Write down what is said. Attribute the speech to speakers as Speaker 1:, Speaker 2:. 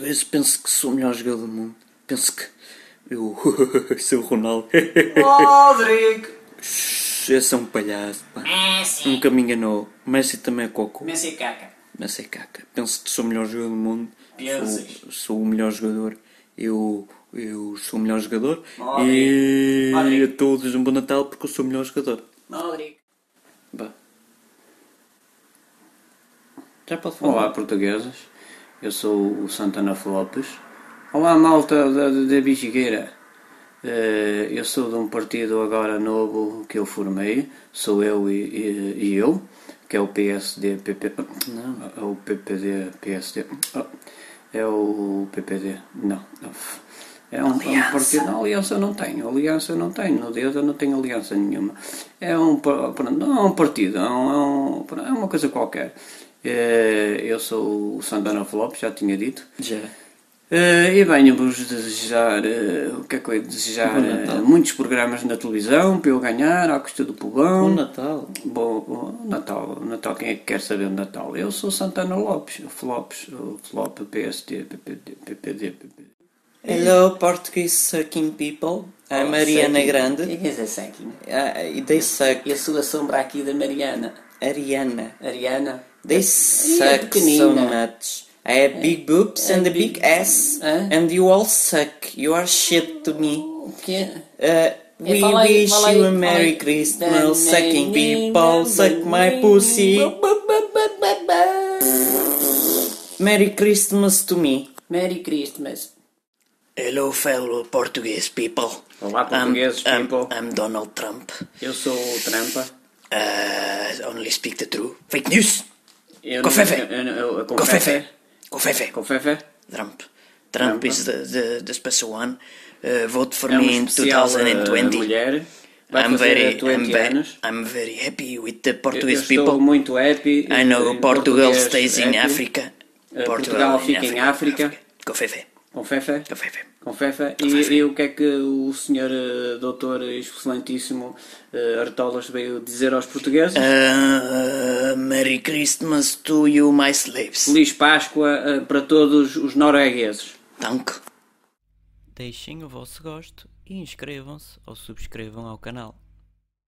Speaker 1: vezes penso que sou o melhor jogador do mundo. Penso que eu sou o Ronaldo.
Speaker 2: Rodrigo!
Speaker 1: Esse é um palhaço, pá.
Speaker 2: Messi!
Speaker 1: Nunca me enganou. Messi também é coco.
Speaker 2: Messi e caca.
Speaker 1: Mas é caca. Penso que sou o melhor jogador do mundo.
Speaker 2: Pensas.
Speaker 1: Sou, sou o melhor jogador. Eu, eu sou o melhor jogador.
Speaker 2: Rodrigo.
Speaker 1: E
Speaker 2: Rodrigo.
Speaker 1: a todos um bom Natal porque eu sou o melhor jogador.
Speaker 2: Rodrigo.
Speaker 1: Vá. Já pode falar.
Speaker 3: Olá, portugueses. Eu sou o Santana Flopes. Olá, malta da, da Bixigueira. Eh, eu sou de um partido agora novo que eu formei. Sou eu e, e- e eu, que é o PSD. PP, não, é o PPD. PSD. É o PPD. Não. É um, é um partido. Não, aliança não tenho. Aliança não tenho. No dedo eu não tenho aliança nenhuma. É um, par- pronto, não é um partido. É, um- é um- pronto, é uma coisa qualquer. Eh, Eu sou o Santana Flop, já tinha dito.
Speaker 1: Já.
Speaker 3: Eh, E venho-vos desejar, eh, o que é que eu ia desejar?
Speaker 1: Bom Natal.
Speaker 3: Eh, Muitos programas na televisão para eu ganhar, à custa do
Speaker 1: Bom
Speaker 3: pulgão.
Speaker 1: Natal.
Speaker 3: Bom, o Natal, o Natal, quem é que quer saber o Natal? Eu sou Santana Lopes, o Flops, o Flop, PSD, PPD, PPD, PPD.
Speaker 4: Hello, Portuguese sucking people.
Speaker 1: Oh,
Speaker 4: I'm Mariana
Speaker 2: O que é
Speaker 4: Grande.
Speaker 2: que és essa aqui?
Speaker 4: Uh, they suck.
Speaker 2: E a sua sombra aqui da Mariana.
Speaker 4: Ariana.
Speaker 2: Ariana.
Speaker 4: They suck so
Speaker 2: pequenina.
Speaker 4: much. I have big boobs and a big ass,
Speaker 3: Eh?
Speaker 2: Hã?
Speaker 4: and you all suck. You are shit to me.
Speaker 2: O quê?
Speaker 4: Uh, we
Speaker 2: fala aí,
Speaker 4: wish
Speaker 2: fala aí,
Speaker 4: you a
Speaker 2: fala
Speaker 4: Merry
Speaker 2: aí.
Speaker 4: Christmas, sucking people. Suck my pussy. Merry Christmas to me.
Speaker 2: Merry Christmas.
Speaker 1: Hello, fellow Portuguese people.
Speaker 3: Olá, portugueses, people.
Speaker 1: I'm Donald Trump.
Speaker 3: Eu sou o Trampa.
Speaker 1: Uh, only speak the truth. Fake news.
Speaker 3: Eu
Speaker 1: Com
Speaker 3: não-
Speaker 1: Fefe.
Speaker 3: eu- eu- eu- Com
Speaker 1: Confefe.
Speaker 3: Fefe.
Speaker 1: Confefe.
Speaker 3: Com Fefe.
Speaker 1: Trump. Trump is the, the, the special one. Uh, vote for
Speaker 3: É um
Speaker 1: me in
Speaker 3: especial eh,
Speaker 1: 2020.
Speaker 3: mulher. Vai
Speaker 1: I'm
Speaker 3: fazer
Speaker 1: very,
Speaker 3: 20
Speaker 1: I'm very,
Speaker 3: anos.
Speaker 1: I'm very happy with the
Speaker 3: Eu-
Speaker 1: Portuguese
Speaker 3: eu estou
Speaker 1: people.
Speaker 3: muito happy. eh,
Speaker 1: I know
Speaker 3: em
Speaker 1: Portugal
Speaker 3: português,
Speaker 1: stays in
Speaker 3: happy.
Speaker 1: Africa.
Speaker 3: Eh, Portugal fica em África.
Speaker 1: Confefe.
Speaker 3: Com Fefe.
Speaker 1: Confefe.
Speaker 3: Com Fefe. E, e o que é que o senhor eh, doutor excelentíssimo eh, Artolas veio dizer aos
Speaker 1: Eh.
Speaker 3: portugueses?
Speaker 1: Uh, Merry Christmas to you, my slaves.
Speaker 3: Feliz Páscoa eh, para todos os noruegueses.
Speaker 1: Tank.
Speaker 4: Deixem o vosso gosto e inscrevam-se ou subscrevam ao canal.